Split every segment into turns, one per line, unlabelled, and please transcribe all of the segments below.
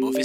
Mauvais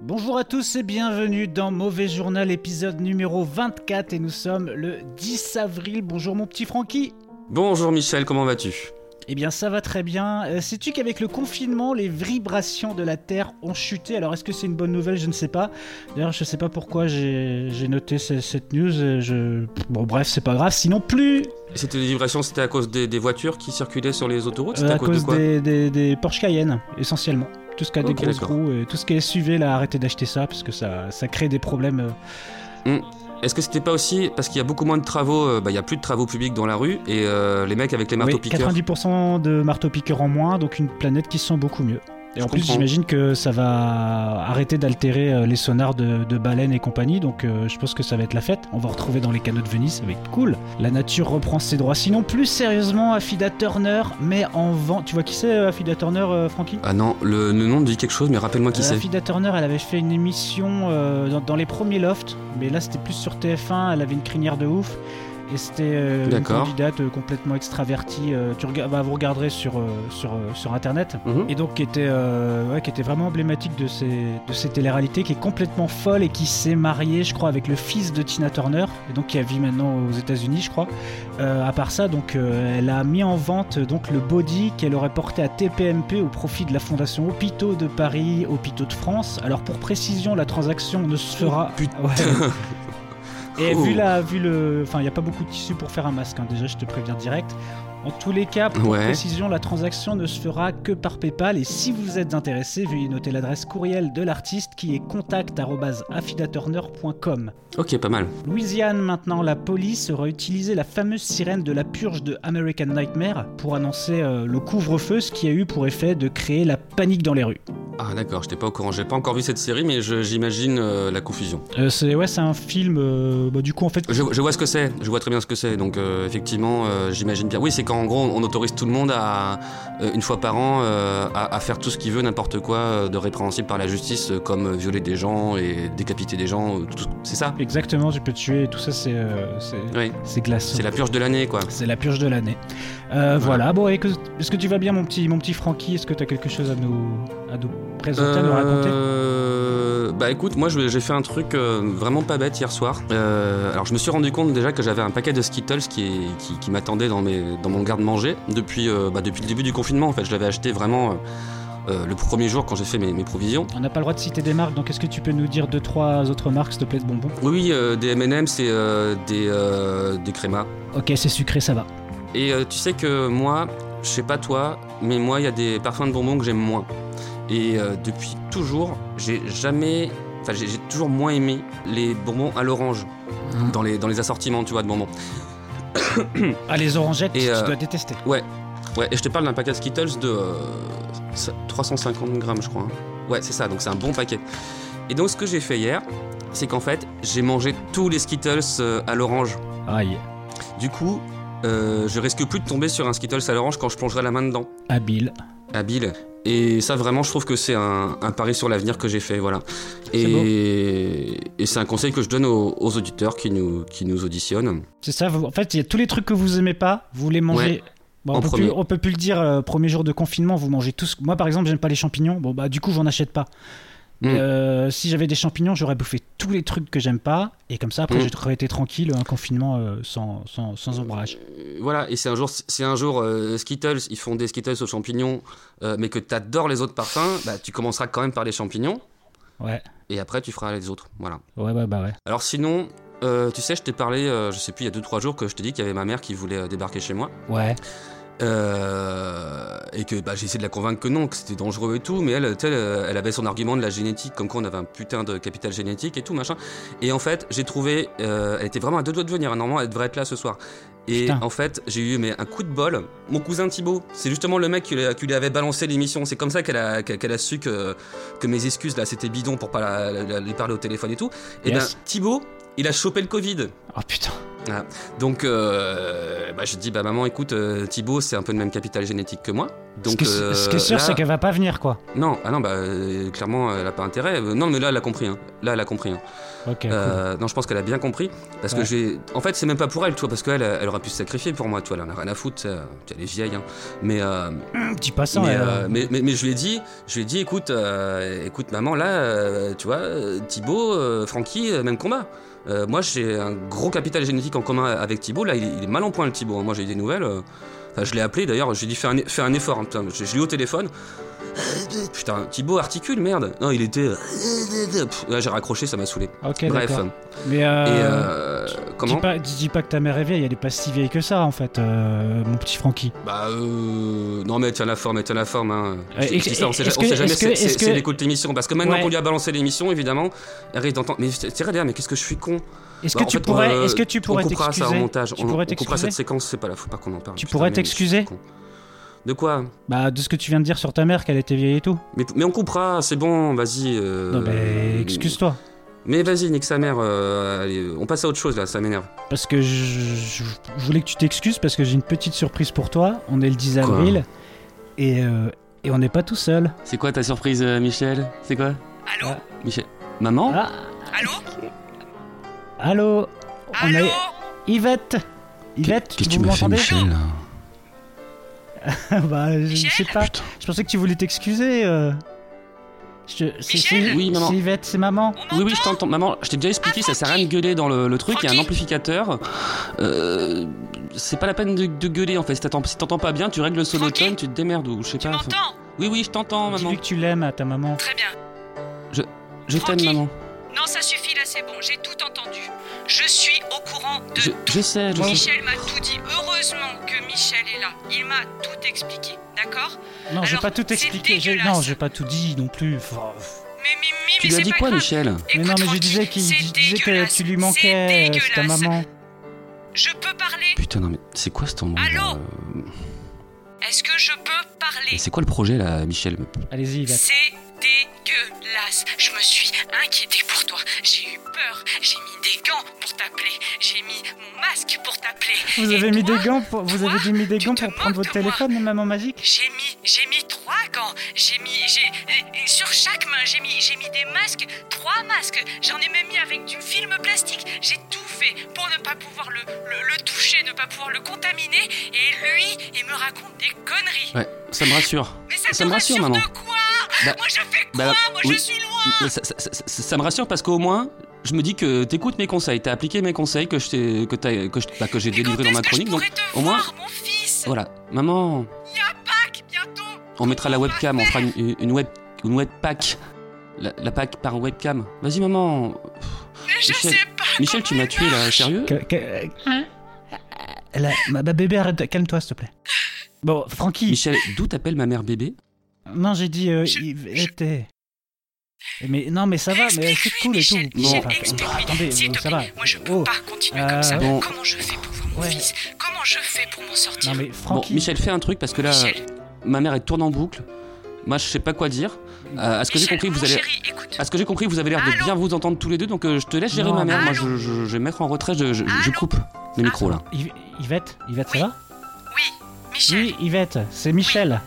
Bonjour à tous et bienvenue dans Mauvais Journal, épisode numéro 24, et nous sommes le 10 avril. Bonjour mon petit Francky.
Bonjour Michel, comment vas-tu
Eh bien, ça va très bien. Euh, Sais-tu qu'avec le confinement, les vibrations de la Terre ont chuté Alors, est-ce que c'est une bonne nouvelle Je ne sais pas. D'ailleurs, je ne sais pas pourquoi j'ai j'ai noté ce- cette news. euh, Je... Bon, bref, c'est pas grave. Sinon, plus
C'était des vibrations, c'était à cause des, des voitures qui circulaient sur les autoroutes C'était
Euh,
à, cause de quoi
des, des- des Porsche Cayenne, essentiellement. Tout ce qui a des
Ok,
grosses
d'accord.
roues et tout ce qui est SUV, là, arrêtez d'acheter ça parce que ça, ça crée des problèmes. euh.
Est-ce que c'était pas aussi parce qu'il y a beaucoup moins de travaux, euh, bah, il y a plus de travaux publics dans la rue et euh, les mecs avec les marteaux
Oui,
piqueurs
90% de marteaux-piqueurs en moins, donc une planète qui sent beaucoup mieux. Et
Je
en plus,
comprends.
j'imagine que ça va arrêter d'altérer euh, les sonars de, de baleines et compagnie, donc euh, je pense que ça va être la fête. On va retrouver dans les canaux de Venise, ça va être cool. La nature reprend ses droits. Sinon, plus sérieusement, Afida Turner met en vente. Tu vois qui c'est, euh, Afida Turner, euh, Francky
Ah non, le, le nom me dit quelque chose, mais rappelle-moi qui
Euh,
c'est.
Afida Turner, elle avait fait une émission euh, dans, dans les premiers lofts, mais là c'était plus sur TF1, elle avait une crinière de ouf. Et c'était euh, une
D'accord.
candidate euh, complètement extravertie. euh, tu rega- bah, vous regarderez sur, euh, sur, euh, sur internet.
Mhm.
Et donc qui était, euh, ouais, qui était vraiment emblématique de ces, de ces téléréalités, qui est complètement folle et qui s'est mariée, je crois, avec le fils de Tina Turner, et donc qui a vit maintenant aux États-Unis, je crois. Euh, à part ça, donc euh, elle a mis en vente euh, donc le body qu'elle aurait porté à TPMP au profit de la Fondation Hôpitaux de Paris, Hôpitaux de France. Alors pour précision, la transaction ne se fera. Ouais. Et
Oh.
vu la, vu le, enfin, il n'y a pas beaucoup de tissu pour faire un masque. hein, déjà, je te préviens direct. En tous les cas, pour
Ouais.
précision, la transaction ne se fera que par PayPal. Et si vous êtes intéressé, veuillez noter l'adresse courriel de l'artiste qui est contact@affidaturner.com.
Ok, pas mal.
Louisiane, maintenant, la police aura utilisé la fameuse sirène de la purge de American Nightmare pour annoncer euh, le couvre-feu, ce qui a eu pour effet de créer la panique dans les rues.
Ah d'accord, j'étais pas au courant, j'ai pas encore vu cette série, mais je- j'imagine euh, la confusion.
Euh, c'est ouais, c'est un film. euh, bah, du coup, en fait,
Je, je vois ce que c'est, je vois très bien ce que c'est, donc euh, effectivement, euh, j'imagine bien. Oui, c'est qu'en gros, on autorise tout le monde à, euh, une fois par an, euh, à, à faire tout ce qu'il veut, n'importe quoi euh, de répréhensible par la justice, euh, comme euh, violer des gens et décapiter des gens, euh, tout- c'est ça
exactement, tu peux tuer. Tout ça, c'est euh, c'est
Oui,
c'est glaçant.
c'est la purge de l'année, quoi.
C'est la purge de l'année. Euh, voilà. bon, et que- est-ce que tu vas bien, mon petit, mon petit Francky Est-ce que tu as quelque chose à nous, à nous présenter, à nous raconter
Euh, Bah écoute, moi je- j'ai fait un truc euh, vraiment pas bête hier soir. Euh, alors je me suis rendu compte déjà que j'avais un paquet de Skittles qui, qui, qui m'attendait dans, mes- dans mon garde-manger depuis, euh, bah, depuis le début du confinement. En fait, je l'avais acheté vraiment euh, euh, le premier jour quand j'ai fait mes, mes provisions.
On n'a pas le droit de citer des marques, donc est-ce que tu peux nous dire deux, trois autres marques, s'il te plaît, de bonbons
Oui, oui, euh, des M&M, c'est euh, des, euh, des crémas.
Ok, c'est sucré, ça va.
Et euh, tu sais que moi, je sais pas toi, mais moi, il y a des parfums de bonbons que j'aime moins. Et euh, depuis toujours, j'ai jamais. Enfin, j'ai j'ai toujours moins aimé les bonbons à l'orange
Mhm.
dans, les, dans les assortiments, tu vois, de bonbons.
Ah, les orangettes,
Et, euh,
tu dois détester.
Ouais, et je te parle d'un paquet Skittles de euh, ça- 350 grammes, je crois. hein. Ouais, c'est ça, donc c'est un bon paquet. Et donc, ce que j'ai fait hier, c'est qu'en fait, j'ai mangé tous les Skittles euh, à l'orange.
Aïe,
Du coup, euh, je risque plus de tomber sur un Skittles à l'orange quand je plongerai la main dedans.
habile.
habile. Et ça, vraiment, je trouve que c'est un, un pari sur l'avenir que j'ai fait, voilà.
C'est
Et et c'est un conseil que je donne aux, aux auditeurs qui nous, qui nous auditionnent.
C'est ça, vous- en fait, il y a tous les trucs que vous aimez pas, vous les mangez.
Ouais.
Bon, on,
En
peut
premier.
plus, on peut plus le dire, euh, premier jour de confinement, vous mangez tous. Moi, par exemple, j'aime pas les champignons. Bon, bah, du coup, j'en achète pas.
Mm.
Euh, si j'avais des champignons, j'aurais bouffé tous les trucs que j'aime pas. Et comme ça, après,
Mm.
j'aurais été tranquille, un confinement euh, sans, sans, sans ombrage.
Euh, Voilà, et c'est un jour, c'est un jour euh, Skittles, ils font des Skittles aux champignons, euh, mais que t'adores les autres parfums, bah, tu commenceras quand même par les champignons,
Ouais,
et après tu feras les autres, voilà.
ouais, ouais, bah ouais.
Alors sinon, euh, tu sais, je t'ai parlé, euh, je sais plus, il y a 2-3 jours que je t'ai dit qu'il y avait ma mère qui voulait euh, débarquer chez moi.
Ouais,
Euh, et que bah, j'ai essayé de la convaincre que non, que c'était dangereux et tout, mais elle, tu sais, elle, elle avait son argument de la génétique, comme quoi on avait un putain de capital génétique et tout, machin. Et en fait, j'ai trouvé, euh, elle était vraiment à deux doigts de venir, normalement elle devrait être là ce soir. Et
Putain.
en fait, j'ai eu mais, un coup de bol. Mon cousin Thibaut, c'est justement le mec qui, lui- qui lui avait balancé l'émission. C'est comme ça qu'elle a, qu'elle qu'elle a su que, que mes excuses là c'était bidon pour pas la- la- la- lui parler au téléphone et tout. Et
Yes.
ben Thibaut, il a chopé le Covid.
Oh putain.
Donc, euh, bah, je dis, bah maman, écoute, euh, Thibaut, c'est un peu le même capital génétique que moi.
ce,
Donc,
qui est, ce
euh,
qui est sûr,
là-
c'est qu'elle va pas venir, quoi.
Non, ah non, bah euh, clairement, elle a pas intérêt. Euh, Non, mais là, elle a compris. hein. Là, elle a compris. hein.
Ok, cool.
Euh, non, je pense qu'elle a bien compris parce
Ouais.
que j'ai. En fait, c'est même pas pour elle, tu vois, parce qu'elle, elle aurait pu se sacrifier pour moi, tu vois. Elle en a rien à foutre. tu sais, Elle est vieille, hein. Mais. euh,
Petit passant,
mais,
elle,
euh,
euh,
mais, mais- mais je lui ai dit, je lui ai dit, écoute, euh, écoute maman, là, euh, tu vois, euh, Thibaut, euh, Francky, euh, même combat. Euh, moi, j'ai un gros capital génétique en commun avec Thibaut. Là, il, est- il est mal en point le Thibaut. hein. Moi, j'ai eu des nouvelles. euh. Enfin, je l'ai appelé d'ailleurs. J'ai dit, fais un, e- fais un effort. hein, putain. je, je l'ai eu au téléphone. Putain, Thibaut articule, merde. Non, il était. euh, Pff, là, j'ai raccroché, ça m'a saoulé.
Ok,
Bref.
d'accord. Mais euh,
Et euh,
dis,
comment
pas, dis- dis pas que ta mère est vieille, elle est pas si vieille que ça, en fait, euh, mon petit Francky.
Bah euh... Non mais tiens la forme, tiens la forme. Hein.
Euh,
Je- je dis
est-
ça, on sait, ja-
est-ce
on sait
que-
jamais
est-ce
c'est
que-
c'est-
est-ce
c'est
que-
l'écoute de l'émission. Parce que maintenant
Ouais.
qu'on lui a balancé l'émission, évidemment, elle risque d'entendre... Mais c'est derrière, mais qu'est-ce que je suis con
Est-ce
Bah,
que,
en
tu
fait,
pourrais,
euh,
est-ce que tu pourrais
On coupera ça au
t'excuser
montage.
Tu
on,
pourrais
on coupera
t'excuser
cette séquence, c'est pas la faut pas qu'on en parle.
Tu
Putain,
pourrais
mais je suis
t'excuser
con. De quoi
Bah, de ce que tu viens de dire sur ta mère, qu'elle était vieille et tout.
mais, mais on coupera, c'est bon, vas-y. euh,
Non, mais excuse-toi.
Mais vas-y, nique sa mère. euh, allez, on passe à autre chose là, ça m'énerve.
Parce que je, je- je voulais que tu t'excuses parce que j'ai une petite surprise pour toi. On est le 10
Quoi
avril et, euh, et on n'est pas tout seul.
C'est quoi ta surprise, euh, Michel C'est quoi Ah,
Allô
Michel Maman
Ah,
Allô
allô On
Allô
a Yvette Yvette, vous m'entendez Bah, je- je, sais pas. Je pensais que tu voulais t'excuser. euh. Je- c'est-
Michel
c'est-
Oui, maman.
C'est Yvette, c'est maman.
On
Oui,
m'entend
oui, je t'entends. Maman, je t'ai déjà expliqué, ça sert à rien de gueuler dans le, le truc. Il y a un
Ah, Francky
amplificateur. Euh, c'est pas la peine de, de gueuler en fait. Si t'entends si t'entends pas bien, tu règles le solotone,
Francky
tu te démerdes ou je sais
Tu
pas. enfin-
m'entends
Oui, oui, je t'entends, maman.
Dis-lui que tu l'aimes à ta maman.
Très bien.
Je t'aime,
Francky
maman.
Non, ça suffit là, c'est bon, j'ai tout entendu. Je suis au courant de
Je,
tout.
je sais, je sais.
Michel m'a tout dit. Heureusement que Michel est là. Il m'a tout expliqué, d'accord
Non, j'ai
Alors,
pas tout
c'est
expliqué. j'ai-
dégueulasse.
Non, j'ai pas tout dit non plus. Enfin, pff.
Mais Mimi, mais,
Tu lui as
c'est
dit
pas
quoi,
grave.
Michel
mais non,
Écoute,
mais je
Francky,
disais, qu'il-
c'est
je disais que
dégueulasse.
tu lui
C'est
manquais, euh, c'est ta
dégueulasse.
maman.
Je peux parler
Putain, non, mais c'est quoi cet endroit
Allô Est-ce que je peux parler
euh, C'est quoi le projet là, Michel
Allez-y, Yvette.
C'est dégueulasse. Je me suis inquiétée pour toi. J'ai eu peur. J'ai mis des gants pour t'appeler. J'ai mis mon masque pour t'appeler.
Vous
Et
avez mis
toi,
des gants pour, vous
toi,
avez dû mis des
tu
gants
te
pour prendre votre
moques de moi.
téléphone, maman magique
J'ai mis, j'ai mis trois gants. J'ai mis, j'ai et- et sur chaque main, j'ai mis, j'ai mis des masques, trois masques. J'en ai même mis avec du film plastique. J'ai tout fait pour ne pas pouvoir le, le, le toucher, ne pas pouvoir le contaminer. Et lui, il me raconte des conneries.
Ouais, ça me rassure.
Mais ça,
ça
te
me rassure,
rassure
maman.
de quoi
Bah-
Moi, je fais quoi
bah,
Moi,
oui.
je suis loin.
Ça, ça- ça- ça me rassure parce qu'au moins, je me dis que t'écoutes mes conseils, t'as appliqué mes conseils que je t'ai- que t'as- que je- bah, que j'ai
Mais
délivré
quand
dans ma
est-ce que
chronique.
je
Donc,
pourrai te
au moins- Oh.
voir, mon fils.
voilà, maman.
Pâques, bientôt.
On mettra la
Comment
webcam,
va
on fera une, une web une webpack. La, la pack par webcam. Vas-y maman.
Mais je
Michel-
sais pas.
Michel, tu m'as tué là, sérieux
Que- que- euh, elle a- ma, ma bébé, arrête, de- calme-toi, s'il te plaît. Bon, Francky.
Michel, d'où t'appelles ma mère bébé
Non, j'ai dit euh,
Je-
Yvette. Mais non, mais ça va, mais c'est cool et tout.
Michel,
Bon,
Michel,
enfin,
explique-lui.
attendez,
S'il te
ça va.
plaît, moi je peux
Oh.
pas continuer
Euh,
comme ça.
bon.
Comment je fais pour voir mon
Ouais.
fils Comment je fais pour m'en sortir
Non mais
Bon,
Francky.
Michel, fais un truc parce que là,
Michel,
ma mère elle tourne en boucle. Moi, je sais pas quoi dire. Euh, à ce que j'ai
Michel,
compris, vous
mon
allez.
chéri, écoute.
À ce que j'ai compris, vous avez l'air de
Allô
bien vous entendre tous les deux, donc euh, je te laisse gérer
Non,
ma mère. Moi,
allô
je, je- je vais me mettre en retrait, je, je- je
Allô
coupe les micros là.
Yv- Yvette, Yvette, ça
Oui,
va
Oui, Michel.
Oui, Yvette, c'est Michel.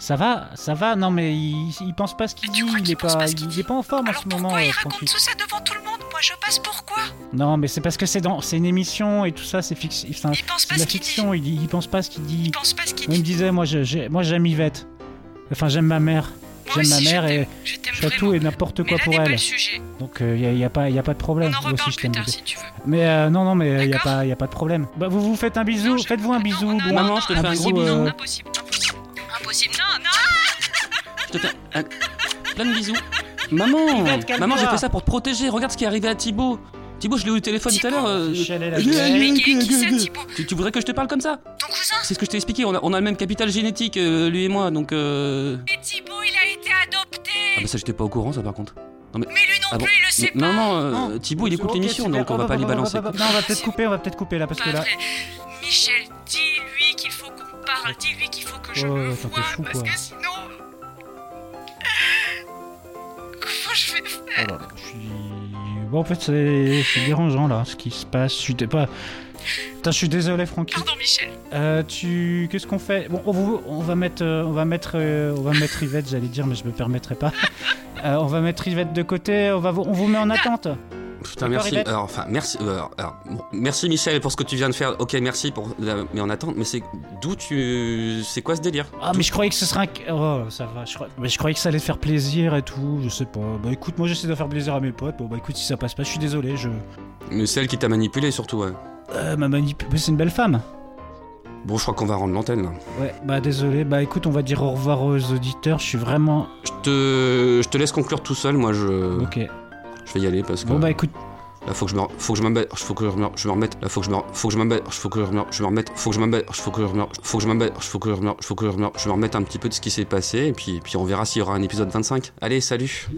Ça va, ça va. Non mais il, il pense pas ce qu'il
Mais
dit.
tu crois
Il
qu'il
est
pense
pas,
pas ce qu'il
il
dit
est pas en forme en
Alors
ce moment,
pourquoi
euh,
il
Francky.
raconte tout ça devant tout le monde Moi je passe pourquoi
Non mais c'est parce que c'est dans, c'est une émission et tout ça, c'est fixe. enfin,
Il pense
c'est
pas
de
ce
la
qu'il dit.
fiction. Il, il pense pas ce qu'il dit.
Il pense pas ce qu'il
Moi, il me
dit.
disait, moi, je- j'ai- moi j'aime Yvette. Enfin, j'aime ma mère.
Moi
J'aime ma
aussi, je
mère et
t'aime. Je t'aime
je fais tout
vraiment.
et n'importe
Mais
quoi
là
pour
n'est pas
elle.
le sujet.
Donc il n'y a, pas, y a pas de problème.
On en
Moi aussi,
reparle
je
plus
t'aime
tard
beaucoup.
si tu veux.
Mais euh, non, non, mais il n'y a,
D'accord.
pas- y a pas de problème. Bah, vous vous faites un bisou,
Non, je- Ah,
faites-vous un
non,
bisou.
non,
bon,
non,
Maman, je te
un
fais un
bisou,
gros bisou.
euh,
Non, impossible, impossible, impossible. Non, non,
Je te fais un- plein de bisous. Maman
Yvette, calme-toi.
Maman, j'ai fait ça pour te protéger. Regarde ce qui est arrivé à Thibaut. Thibaut, je l'ai eu au téléphone tout à l'heure. euh,
Chalet hein. la
euh,
tête.
qui, qui c'est Thibaut
tu, tu voudrais que je te parle comme ça
Ton cousin
C'est ce que je t'ai expliqué, on a, on a le même capital génétique, euh, lui et moi, donc euh...
Et Thibaut, il a été adopté
Ah bah ça j'étais pas au courant ça par contre.
Mais lui non
Ah bon.
plus, il le sait
Mais- non
pas
non, euh, Thibaut il
C'est
écoute
ok,
l'émission
super. Ah, Oh, bah,
donc on
Hop,
va
hop,
pas
hop,
les
hop,
balancer.
hop, hop. Non, on va peut-être couper, on va peut-être couper là parce que
Pas
là.
vrai. Michel, dis-lui qu'il faut qu'on parle, dis-lui qu'il faut que je
Ouais,
le
ouais, t'es un peu
voie,
fou,
parce
quoi.
que sinon... Comment je vais faire
Oh là là, je suis- Bon, en fait, c'est c'est dérangeant là ce qui se passe. Je suis dé- pas. Putain, je suis désolé, Francky.
Pardon Michel,
Euh, tu. Qu'est-ce qu'on fait Bon, on, vous- on va mettre. euh, on va mettre. euh, on va mettre Yvette, j'allais dire, mais je me permettrai pas. Euh, on va mettre Yvette de côté, on, va vous- on vous met en attente.
Putain
D'accord,
merci.
Yvette
Alors enfin merci euh, alors, alors, bon, merci Michel pour ce que tu viens de faire. OK merci pour la- mais en attente mais c'est d'où tu c'est quoi ce délire
Ah, mais je croyais que ce serait un. Oh, ça va, je, crois- mais je croyais que ça allait te faire plaisir et tout, je sais pas. Bah écoute, moi j'essaie de faire plaisir à mes potes. Bon, bah écoute, si ça passe pas, je suis désolé, je.
Mais celle qui t'a manipulé surtout ouais.
Euh, ma manip. Mais c'est une belle femme.
Bon je crois qu'on va rendre l'antenne là.
Ouais, bah désolé, bah écoute, on va dire au revoir aux auditeurs, je suis vraiment.
Je te je te laisse conclure tout seul moi je
Ok.
je vais y aller parce que
Bon bah écoute,
Là, faut que je me, faut que je m'embête, faut que je me, je me remette. Là, faut que je me, faut que je m'embête, faut que je me, je me remette. Faut que je m'embête, faut que je me, faut que je m'embête, faut que je me, faut que je me, je me remette un petit peu de ce qui s'est passé et puis, puis on verra s'il y aura un épisode 25. Allez, salut.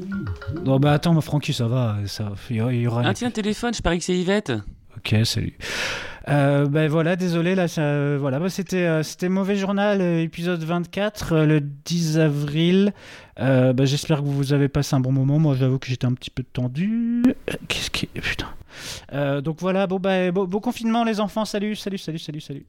non bah attends, moi, Francky, ça va, ça, il y aura- il y aura.
Ah, tiens, téléphone, je parie que c'est Yvette.
Ok, salut. Euh, ben voilà, désolé, là, ça, euh, voilà, bah, c'était, euh, c'était Mauvais Journal, euh, épisode 24, euh, le 10 avril. Euh, bah, j'espère que vous avez passé un bon moment. Moi, j'avoue que j'étais un petit peu tendu. Euh, Qu'est-ce qui. Putain. Euh, donc voilà, bon, bah, beau, beau confinement, les enfants. Salut, salut, salut, salut, salut.